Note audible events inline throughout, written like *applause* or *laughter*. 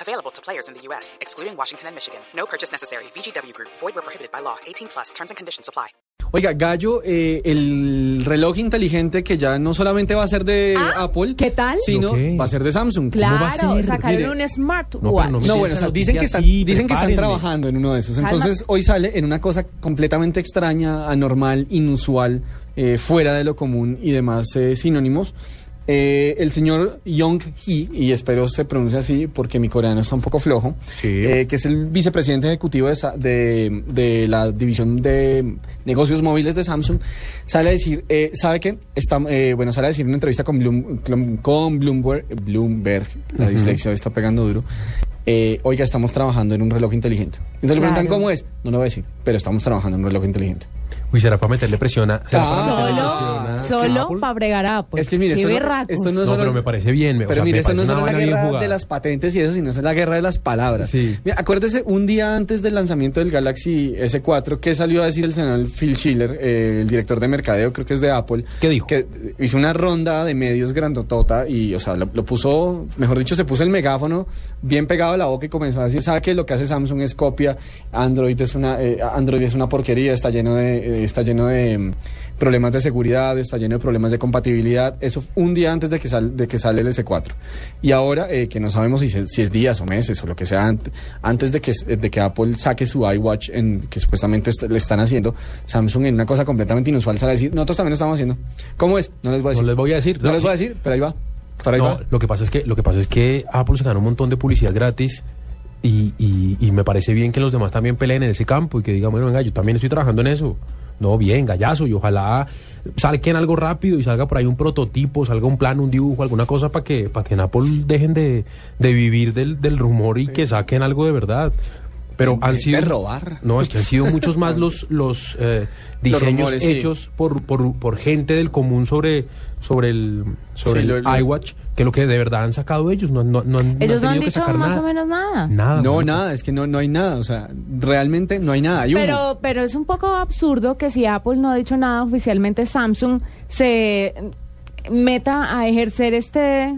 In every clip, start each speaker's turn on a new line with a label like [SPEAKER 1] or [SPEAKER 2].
[SPEAKER 1] Available to players in the U.S., excluding Washington and Michigan. No purchase necessary. VGW Group, void were prohibited by law. 18 plus terms and conditions apply.
[SPEAKER 2] Oiga, Gallo, eh, el reloj inteligente que ya no solamente va a ser de Apple,
[SPEAKER 3] Ah, ¿qué tal?
[SPEAKER 2] Sino
[SPEAKER 4] Ok.
[SPEAKER 2] va a ser de Samsung.
[SPEAKER 4] va a
[SPEAKER 3] Claro,
[SPEAKER 4] ser?
[SPEAKER 3] sacaron
[SPEAKER 2] Mire.
[SPEAKER 3] un
[SPEAKER 4] No,
[SPEAKER 3] smartwatch.
[SPEAKER 4] pero no me
[SPEAKER 2] No,
[SPEAKER 4] Sí,
[SPEAKER 2] bueno,
[SPEAKER 4] esa
[SPEAKER 2] o sea, dicen que
[SPEAKER 4] noticia
[SPEAKER 2] están,
[SPEAKER 4] sí,
[SPEAKER 2] dicen que están
[SPEAKER 4] prepárenme.
[SPEAKER 2] trabajando en uno de esos. Entonces, hoy sale en una cosa completamente extraña, anormal, inusual, eh, fuera de lo común y demás eh, sinónimos. Eh, el señor Yong Hee, y espero se pronuncie así porque mi coreano está un poco flojo,
[SPEAKER 4] Sí.
[SPEAKER 2] eh, que es el vicepresidente ejecutivo de, Sa- de- de la división de negocios móviles de Samsung, sale a decir, eh, ¿sabe qué? Está, eh, bueno, sale a decir en una entrevista con, Bloom- con- con Bloomberg, Bloomberg, la dislexia está pegando duro, eh, oiga, estamos trabajando en un reloj inteligente. Entonces le
[SPEAKER 3] Claro.
[SPEAKER 2] preguntan cómo es, no lo voy a decir, pero estamos trabajando en un reloj inteligente.
[SPEAKER 4] Uy, será para meterle presión a. será para
[SPEAKER 2] Ah.
[SPEAKER 4] meterle
[SPEAKER 3] Solo,
[SPEAKER 4] presión a-
[SPEAKER 3] solo
[SPEAKER 4] Apple?
[SPEAKER 3] para bregar a Apple.
[SPEAKER 2] Es que mire,
[SPEAKER 3] Qué
[SPEAKER 2] esto no-
[SPEAKER 3] berracos.
[SPEAKER 2] esto no es
[SPEAKER 4] No,
[SPEAKER 2] solo-
[SPEAKER 4] pero me parece bien. me- o
[SPEAKER 2] Pero
[SPEAKER 4] sea,
[SPEAKER 2] mire,
[SPEAKER 4] me
[SPEAKER 2] esto no es
[SPEAKER 4] parece
[SPEAKER 2] solo
[SPEAKER 4] una
[SPEAKER 2] la
[SPEAKER 4] vaina bien
[SPEAKER 2] guerra
[SPEAKER 4] jugada.
[SPEAKER 2] de las patentes y eso, sino es la guerra de las palabras.
[SPEAKER 4] Sí.
[SPEAKER 2] Mira, acuérdese, un día antes del lanzamiento del Galaxy S4, ¿qué salió a decir el senador Phil Schiller, eh, el director de mercadeo, creo que es de Apple?
[SPEAKER 4] ¿Qué dijo?
[SPEAKER 2] Que hizo una ronda de medios grandotota y, o sea, lo, lo puso, mejor dicho, se puso el megáfono bien pegado a la boca y comenzó a decir, ¿sabe que Lo que hace Samsung es copia, Android es una, eh, Android es una porquería, está lleno de, eh, está lleno de mm, problemas de seguridad, está lleno de problemas de compatibilidad, eso un día antes de que, sal- de que sale el S4. Y ahora, eh, que no sabemos si, se- si es días o meses o lo que sea, ant- antes de que, s- de que Apple saque su iWatch, en, que supuestamente est- le están haciendo, Samsung en una cosa completamente inusual sale a decir, nosotros también lo estamos haciendo. ¿Cómo es? No les voy a
[SPEAKER 4] No
[SPEAKER 2] decir.
[SPEAKER 4] les voy a decir.
[SPEAKER 2] No les voy a decir, pero ahí va. Para ahí
[SPEAKER 4] No,
[SPEAKER 2] va.
[SPEAKER 4] lo que pasa es que lo que pasa es que Apple se ganó un montón de publicidad gratis y, y- y me parece bien que los demás también peleen en ese campo y que digan, bueno, venga, yo también estoy trabajando en eso. No, bien, gallazo, y ojalá salquen algo rápido y salga por ahí un prototipo, salga un plan, un dibujo, alguna cosa para que, para que en Apple dejen de, de vivir del, del rumor y que saquen algo de verdad. Pero han
[SPEAKER 2] de
[SPEAKER 4] sido.
[SPEAKER 2] robar.
[SPEAKER 4] No, es que han sido muchos más los, los eh, diseños
[SPEAKER 2] rumores, sí.
[SPEAKER 4] hechos por, por, por gente del común sobre, sobre el, sobre
[SPEAKER 2] Sí,
[SPEAKER 4] el
[SPEAKER 2] lo- lo-
[SPEAKER 4] iWatch, que es lo que de verdad han sacado ellos. No, no, no han,
[SPEAKER 3] Ellos no han
[SPEAKER 4] tenido que
[SPEAKER 3] dicho
[SPEAKER 4] sacar
[SPEAKER 3] más
[SPEAKER 4] nada.
[SPEAKER 3] o menos nada.
[SPEAKER 4] Nada.
[SPEAKER 2] No,
[SPEAKER 4] marica.
[SPEAKER 2] nada, es que no, no hay nada, o sea, realmente no hay nada. Hay humo.
[SPEAKER 3] Pero, pero es un poco absurdo que si Apple no ha dicho nada oficialmente, Samsung se meta a ejercer este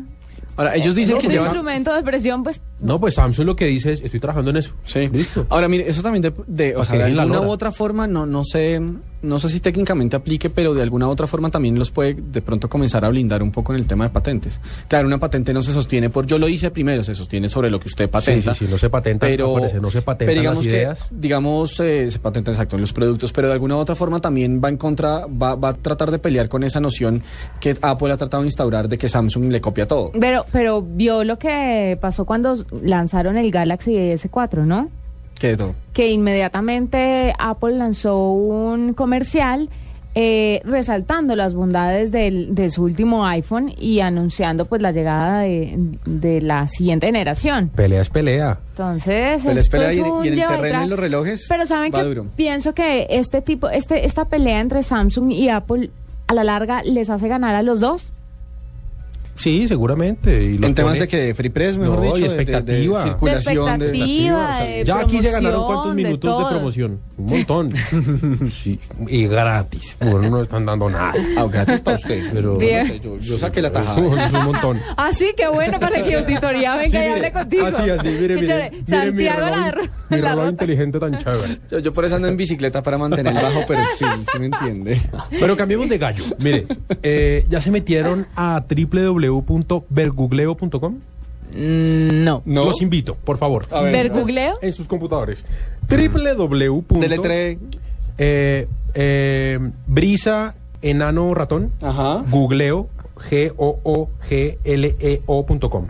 [SPEAKER 2] Ahora, ellos dicen que
[SPEAKER 3] este
[SPEAKER 2] llevan...
[SPEAKER 3] instrumento de presión, pues
[SPEAKER 4] No, pues Samsung lo que dice es, estoy trabajando en eso.
[SPEAKER 2] Sí. Ah.
[SPEAKER 4] Listo. Pues
[SPEAKER 2] Ahora, mire, eso también de, de- o
[SPEAKER 4] Para
[SPEAKER 2] sea,
[SPEAKER 4] que
[SPEAKER 2] de
[SPEAKER 4] den la
[SPEAKER 2] alguna
[SPEAKER 4] lora.
[SPEAKER 2] u otra forma, no, no sé, no sé si técnicamente aplique, pero de alguna u otra forma también los puede de pronto comenzar a blindar un poco en el tema de patentes. Claro, una patente no se sostiene por yo lo hice primero, se sostiene sobre lo que usted patenta.
[SPEAKER 4] sí, sí, no se patentan, acuérdese, no se patentan
[SPEAKER 2] pero digamos
[SPEAKER 4] las
[SPEAKER 2] que-
[SPEAKER 4] ideas.
[SPEAKER 2] digamos, eh, se patentan exacto en los productos, pero de alguna u otra forma también va en contra, va, va a tratar de pelear con esa noción que Apple ha tratado de instaurar de que Samsung le copia todo.
[SPEAKER 3] pero pero vio lo que pasó cuando lanzaron el Galaxy S4, ¿no?
[SPEAKER 2] Que de todo.
[SPEAKER 3] que inmediatamente Apple lanzó un comercial eh, resaltando las bondades del- de su último iPhone y anunciando pues la llegada de, de la siguiente generación.
[SPEAKER 4] Pelea es pelea.
[SPEAKER 3] Entonces,
[SPEAKER 2] Pero
[SPEAKER 3] esto
[SPEAKER 2] espera,
[SPEAKER 3] es
[SPEAKER 2] y en- y
[SPEAKER 3] un
[SPEAKER 2] en el
[SPEAKER 3] lleva
[SPEAKER 2] terreno
[SPEAKER 3] trae.
[SPEAKER 2] de los relojes
[SPEAKER 3] Pero saben
[SPEAKER 2] va
[SPEAKER 3] que
[SPEAKER 2] duro.
[SPEAKER 3] pienso que este tipo, este, esta pelea entre Samsung y Apple a la larga les hace ganar a los dos.
[SPEAKER 4] Sí, seguramente. Y los
[SPEAKER 2] en temas
[SPEAKER 4] pone-
[SPEAKER 2] de que free press, mejor
[SPEAKER 4] No, y
[SPEAKER 2] dicho, de- de- de
[SPEAKER 4] expectativa.
[SPEAKER 2] circulación,
[SPEAKER 3] De expectativa.
[SPEAKER 4] Activa,
[SPEAKER 3] de
[SPEAKER 4] ya aquí se ganaron
[SPEAKER 3] promoción, de
[SPEAKER 4] cuántos minutos de,
[SPEAKER 3] todo.
[SPEAKER 4] promoción. Un montón.
[SPEAKER 2] *laughs*
[SPEAKER 4] Sí, y gratis. Bueno, no están dando nada.
[SPEAKER 2] Ah, gratis para usted.
[SPEAKER 4] Pero-
[SPEAKER 2] Yo no sé, yo, yo saqué
[SPEAKER 4] *laughs*
[SPEAKER 2] la tajada.
[SPEAKER 4] Es un montón.
[SPEAKER 3] Así que Ah, bueno para que auditoría venga
[SPEAKER 4] Sí,
[SPEAKER 3] y
[SPEAKER 4] mire,
[SPEAKER 3] hable contigo.
[SPEAKER 4] Así, así, mire,
[SPEAKER 3] Qué
[SPEAKER 4] mire.
[SPEAKER 3] chévere.
[SPEAKER 4] mire mi
[SPEAKER 3] Santiago
[SPEAKER 4] reloj-
[SPEAKER 3] la,
[SPEAKER 4] mi
[SPEAKER 3] ro- la
[SPEAKER 4] reloj
[SPEAKER 3] rota.
[SPEAKER 4] inteligente tan chévere.
[SPEAKER 2] Yo, yo por eso ando en bicicleta para mantener el
[SPEAKER 3] *laughs*
[SPEAKER 2] bajo perfil, ¿sí me entiende?
[SPEAKER 4] Pero cambiemos de gallo. Mire, eh, ya se metieron a www.vergugleo.com.
[SPEAKER 3] No. Ah.
[SPEAKER 2] No.
[SPEAKER 4] Los invito, por favor.
[SPEAKER 2] A ver.
[SPEAKER 3] ¿Vergugleo?
[SPEAKER 4] En sus computadores. www.
[SPEAKER 2] Deletre.
[SPEAKER 4] Eh, eh, brisa enano ratón.
[SPEAKER 2] Ajá.
[SPEAKER 4] Googleo. E G-O-O-G-L-E-O.com.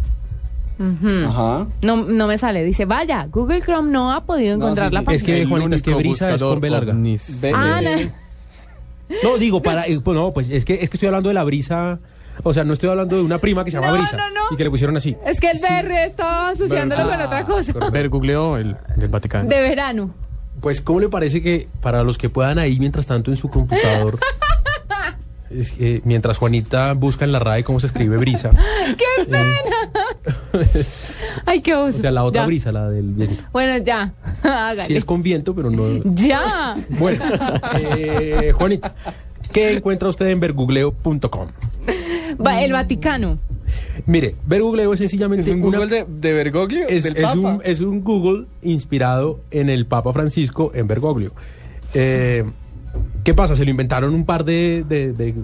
[SPEAKER 2] Mm. Ajá.
[SPEAKER 3] No, no me sale. Dice, vaya, Google Chrome no ha podido
[SPEAKER 2] No,
[SPEAKER 3] encontrar
[SPEAKER 2] sí,
[SPEAKER 3] la
[SPEAKER 2] sí.
[SPEAKER 3] página.
[SPEAKER 4] Es que,
[SPEAKER 5] El
[SPEAKER 4] Juanita, es que
[SPEAKER 5] único
[SPEAKER 4] brisa es con B larga.
[SPEAKER 5] Nis.
[SPEAKER 2] Ve-
[SPEAKER 3] Ah,
[SPEAKER 2] ve-
[SPEAKER 3] no.
[SPEAKER 4] No, digo, para. eh, pues no, pues es que, es que estoy hablando de la brisa. O sea, no estoy hablando de una prima que se llama
[SPEAKER 3] No,
[SPEAKER 4] Brisa.
[SPEAKER 3] no, no.
[SPEAKER 4] Y que le pusieron así.
[SPEAKER 3] Es que el BR estaba asociándolo
[SPEAKER 2] Ver-
[SPEAKER 3] con otra cosa.
[SPEAKER 5] Ver, googleó el del
[SPEAKER 4] *laughs*
[SPEAKER 5] Vaticano.
[SPEAKER 3] De verano.
[SPEAKER 4] Pues, ¿cómo le parece que para los que puedan ahí, mientras tanto, en
[SPEAKER 3] *laughs*
[SPEAKER 4] su computador, es que, mientras Juanita busca en la RAE cómo se escribe brisa,
[SPEAKER 3] ¡Qué pena! Ay, qué
[SPEAKER 4] o
[SPEAKER 3] oso.
[SPEAKER 4] sea, la otra
[SPEAKER 3] Ya.
[SPEAKER 4] brisa, la del viento.
[SPEAKER 3] Bueno, ya. *laughs* Hágale.
[SPEAKER 4] Sí es con viento, pero no...
[SPEAKER 3] *laughs* Ya.
[SPEAKER 4] Bueno, eh, Juanita, ¿qué encuentra usted en vergugleo.com?
[SPEAKER 3] Va, el Vaticano.
[SPEAKER 4] Mire, vergugleo es sencillamente
[SPEAKER 2] Es un
[SPEAKER 4] una-
[SPEAKER 2] Google de, de Bergoglio,
[SPEAKER 4] es,
[SPEAKER 2] del
[SPEAKER 4] es
[SPEAKER 2] Papa.
[SPEAKER 4] un, es un Google inspirado en el Papa Francisco en Bergoglio. Eh, ¿Qué pasa? Se lo inventaron un par de... de- de-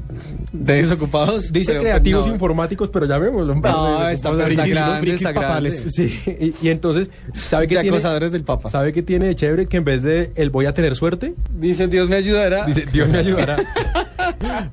[SPEAKER 2] de desocupados.
[SPEAKER 4] dice
[SPEAKER 2] pero,
[SPEAKER 4] creativos
[SPEAKER 2] no.
[SPEAKER 4] informáticos, pero ya vemos. un par de
[SPEAKER 2] No,
[SPEAKER 4] desocupados
[SPEAKER 2] está- está
[SPEAKER 4] frikis,
[SPEAKER 2] grande,
[SPEAKER 4] frikis
[SPEAKER 2] está
[SPEAKER 4] papales.
[SPEAKER 2] grande.
[SPEAKER 4] Sí, y, y entonces, ¿sabe qué
[SPEAKER 2] De
[SPEAKER 4] tiene?
[SPEAKER 2] acosadores del Papa.
[SPEAKER 4] ¿Sabe qué tiene de chévere? Que en vez de el voy a tener suerte,
[SPEAKER 2] Dice, Dios me ayudará.
[SPEAKER 4] dice Dios
[SPEAKER 2] *laughs*
[SPEAKER 4] me ayudará.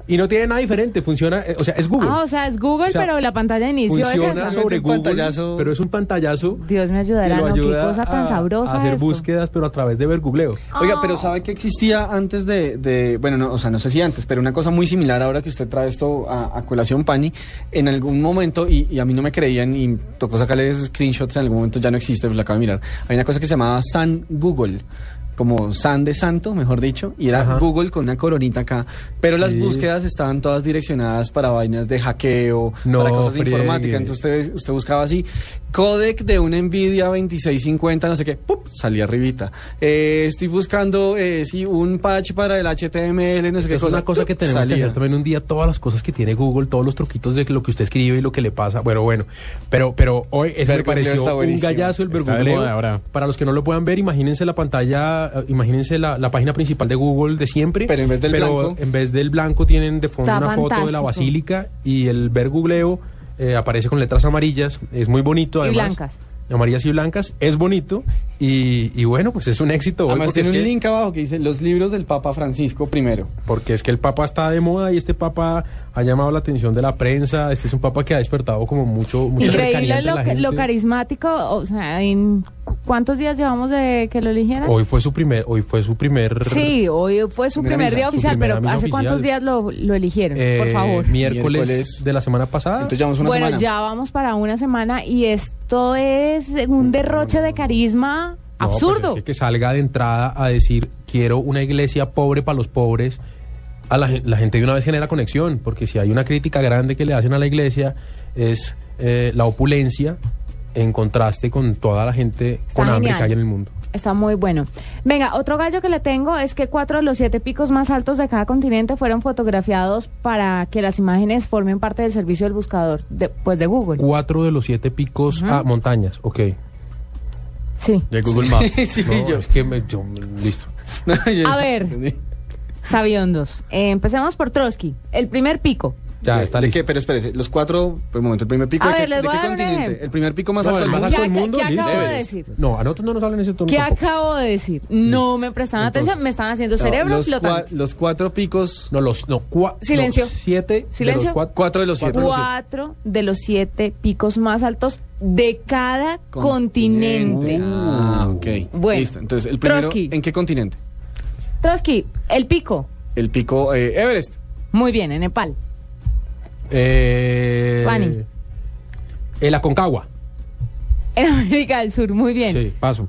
[SPEAKER 4] y no tiene nada diferente, funciona... eh, O sea, es Google.
[SPEAKER 3] Ah, o sea, es Google,
[SPEAKER 4] O sea,
[SPEAKER 3] pero la pantalla de inicio es
[SPEAKER 4] funciona
[SPEAKER 3] esa.
[SPEAKER 2] eso.
[SPEAKER 4] sobre
[SPEAKER 2] Es un
[SPEAKER 4] Google,
[SPEAKER 2] pantallazo.
[SPEAKER 4] pero es un pantallazo.
[SPEAKER 3] Dios me ayudará,
[SPEAKER 4] que lo
[SPEAKER 3] ¿no? Qué
[SPEAKER 4] ayuda
[SPEAKER 3] cosa tan
[SPEAKER 4] a-
[SPEAKER 3] sabrosa
[SPEAKER 4] A hacer
[SPEAKER 3] esto.
[SPEAKER 4] búsquedas, pero a través de ver googleo.
[SPEAKER 2] Oiga, pero ¿sabe qué existía antes de, de- bueno, no, o sea, no sé si antes, pero una cosa muy similar ahora que usted trae esto a, a colación, Pani, en algún momento, y, y a mí no me creían y tocó sacarle screenshots, en algún momento ya no existe, pues lo acabo de mirar, hay una cosa que se llamaba San Google. Como San de Santo, mejor dicho, y era
[SPEAKER 4] Ajá.
[SPEAKER 2] Google con una coronita acá. Pero las
[SPEAKER 4] Sí.
[SPEAKER 2] búsquedas estaban todas direccionadas para vainas de hackeo,
[SPEAKER 4] No
[SPEAKER 2] para cosas de
[SPEAKER 4] friegue.
[SPEAKER 2] informática. Entonces usted, usted buscaba así, codec de una Nvidia 2650, no sé qué, ¡pup! salía arribita. Eh, estoy buscando, eh, sí, un patch para el HTML, no sé qué
[SPEAKER 4] Es
[SPEAKER 2] cosa.
[SPEAKER 4] una cosa que
[SPEAKER 2] ¡pup!
[SPEAKER 4] tenemos que
[SPEAKER 2] salía.
[SPEAKER 4] hacer también un día, todas las cosas que tiene Google, todos los truquitos de lo que usted escribe y lo que le pasa. Bueno, bueno, pero, pero hoy eso me
[SPEAKER 2] Vergugleo está
[SPEAKER 4] pareció un
[SPEAKER 2] buenísimo.
[SPEAKER 4] gallazo el
[SPEAKER 5] Está de
[SPEAKER 4] vergugleo.
[SPEAKER 5] moda ahora.
[SPEAKER 4] Para los que no lo puedan ver, imagínense la pantalla, eh, imagínense la, la página principal de Google de siempre.
[SPEAKER 2] Pero en vez del blanco.
[SPEAKER 4] en vez del blanco tienen de fondo
[SPEAKER 3] Está
[SPEAKER 4] una foto de la
[SPEAKER 3] fantástico.
[SPEAKER 4] basílica y el vergugleo eh, aparece con letras amarillas. Es muy bonito,
[SPEAKER 3] Y
[SPEAKER 4] además.
[SPEAKER 3] blancas.
[SPEAKER 4] Amarillas y blancas. Es bonito y, y bueno, pues es un éxito. hoy
[SPEAKER 2] Además
[SPEAKER 4] porque
[SPEAKER 2] tiene
[SPEAKER 4] es
[SPEAKER 2] un
[SPEAKER 4] que-
[SPEAKER 2] link abajo que dice los libros del Papa Francisco primero.
[SPEAKER 4] porque es que el Papa está de moda y este Papa ha llamado la atención de la prensa. Este es un Papa que ha despertado como mucho, mucha cercanía
[SPEAKER 3] Increíble
[SPEAKER 4] entre
[SPEAKER 3] lo,
[SPEAKER 4] la
[SPEAKER 3] que- lo
[SPEAKER 4] gente.
[SPEAKER 3] carismático, o sea, en cu- ¿cuántos días llevamos de que lo eligieran?
[SPEAKER 4] Hoy fue su primer, hoy fue su primer.
[SPEAKER 3] Sí, hoy fue su
[SPEAKER 2] Primera
[SPEAKER 3] primer
[SPEAKER 2] misa,
[SPEAKER 3] día
[SPEAKER 4] su
[SPEAKER 3] oficial, pero
[SPEAKER 4] primera
[SPEAKER 3] ¿hace
[SPEAKER 4] misa
[SPEAKER 3] cuántos
[SPEAKER 4] oficial.
[SPEAKER 3] días lo, lo eligieron?
[SPEAKER 4] eh,
[SPEAKER 3] Por favor.
[SPEAKER 4] Miércoles,
[SPEAKER 2] Miércoles.
[SPEAKER 4] de la semana pasada.
[SPEAKER 2] Entonces llevamos una
[SPEAKER 3] Ah, bueno,
[SPEAKER 2] semana. *laughs*
[SPEAKER 3] ya vamos para una semana y esto es un derroche de carisma
[SPEAKER 4] No, pues
[SPEAKER 3] absurdo.
[SPEAKER 4] es que, que salga de entrada a decir quiero una iglesia pobre para los pobres. A la, gen- la gente de una vez genera conexión, porque si hay una crítica grande que le hacen a la iglesia es eh, la opulencia en contraste con toda la gente
[SPEAKER 3] Está
[SPEAKER 4] con hambre que
[SPEAKER 3] genial.
[SPEAKER 4] hay en el mundo.
[SPEAKER 3] Está muy bueno. Venga, otro gallo que le tengo es que cuatro de los siete picos más altos de cada continente fueron fotografiados para que las imágenes formen parte del servicio del buscador, de, pues de Google.
[SPEAKER 4] Cuatro de los siete picos a montañas, ok.
[SPEAKER 3] Sí.
[SPEAKER 4] De Google Maps. *laughs*
[SPEAKER 2] sí,
[SPEAKER 4] No,
[SPEAKER 2] yo-
[SPEAKER 4] Es que me, yo- listo.
[SPEAKER 3] A ver.
[SPEAKER 2] *laughs*
[SPEAKER 3] Sabiondos. Eh, empecemos por Trotsky, el primer pico.
[SPEAKER 4] Ya está
[SPEAKER 2] ¿De
[SPEAKER 4] listo.
[SPEAKER 2] qué? Pero espérese, los cuatro, por un momento, el primer pico
[SPEAKER 3] A
[SPEAKER 2] de,
[SPEAKER 3] ver,
[SPEAKER 2] qué-
[SPEAKER 3] les
[SPEAKER 2] ¿de
[SPEAKER 3] voy
[SPEAKER 2] qué
[SPEAKER 3] a dar un
[SPEAKER 2] continente?
[SPEAKER 3] ejemplo.
[SPEAKER 2] El primer pico más
[SPEAKER 4] No,
[SPEAKER 2] alto
[SPEAKER 4] el
[SPEAKER 2] del
[SPEAKER 4] más
[SPEAKER 2] mundo.
[SPEAKER 4] alto
[SPEAKER 3] ¿Qué
[SPEAKER 4] del
[SPEAKER 3] ac-
[SPEAKER 4] mundo.
[SPEAKER 3] qué
[SPEAKER 4] listo.
[SPEAKER 3] acabo de
[SPEAKER 4] Everest.
[SPEAKER 3] decir?
[SPEAKER 4] No, a nosotros no nos hablan ese tono.
[SPEAKER 3] pues. ¿Qué
[SPEAKER 4] tampoco.
[SPEAKER 3] acabo de decir? No me prestan
[SPEAKER 4] Entonces-
[SPEAKER 3] atención, me están haciendo cerebro
[SPEAKER 2] los, cua-
[SPEAKER 3] flotante.
[SPEAKER 2] los cuatro picos,
[SPEAKER 4] No, los no, cua-
[SPEAKER 3] Silencio.
[SPEAKER 4] los siete.
[SPEAKER 3] Silencio.
[SPEAKER 4] De los cuatro.
[SPEAKER 2] cuatro de los siete.
[SPEAKER 3] Cuatro de los siete picos más altos de cada continente.
[SPEAKER 2] Ah, ok.
[SPEAKER 3] Bueno.
[SPEAKER 2] Listo. Entonces, el primero,
[SPEAKER 3] Trotsky.
[SPEAKER 2] ¿en qué continente?
[SPEAKER 3] Trotsky, el pico.
[SPEAKER 2] El pico eh, Everest.
[SPEAKER 3] Muy bien, en Nepal.
[SPEAKER 4] Eh,
[SPEAKER 3] Pani.
[SPEAKER 4] El Aconcagua.
[SPEAKER 3] En América del Sur, muy bien.
[SPEAKER 4] Sí,
[SPEAKER 3] *laughs*
[SPEAKER 4] paso.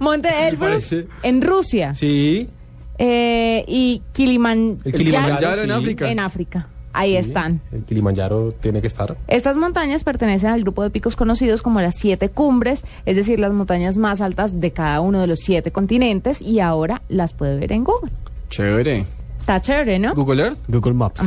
[SPEAKER 3] Monte Elbrus,
[SPEAKER 4] parece.
[SPEAKER 3] en Rusia.
[SPEAKER 4] Sí.
[SPEAKER 3] Eh, y Kiliman...
[SPEAKER 4] El Kilimanjaro
[SPEAKER 2] en
[SPEAKER 4] sí.
[SPEAKER 2] África.
[SPEAKER 3] En África. Ahí
[SPEAKER 4] Sí,
[SPEAKER 3] están.
[SPEAKER 4] El Kilimanjaro tiene que estar.
[SPEAKER 3] Estas montañas pertenecen al grupo de picos conocidos como las siete cumbres, es decir, las montañas más altas de cada uno de los siete continentes y ahora las puede ver en Google.
[SPEAKER 2] Chévere.
[SPEAKER 3] Está chévere, ¿no?
[SPEAKER 2] Google Earth.
[SPEAKER 5] Google Maps.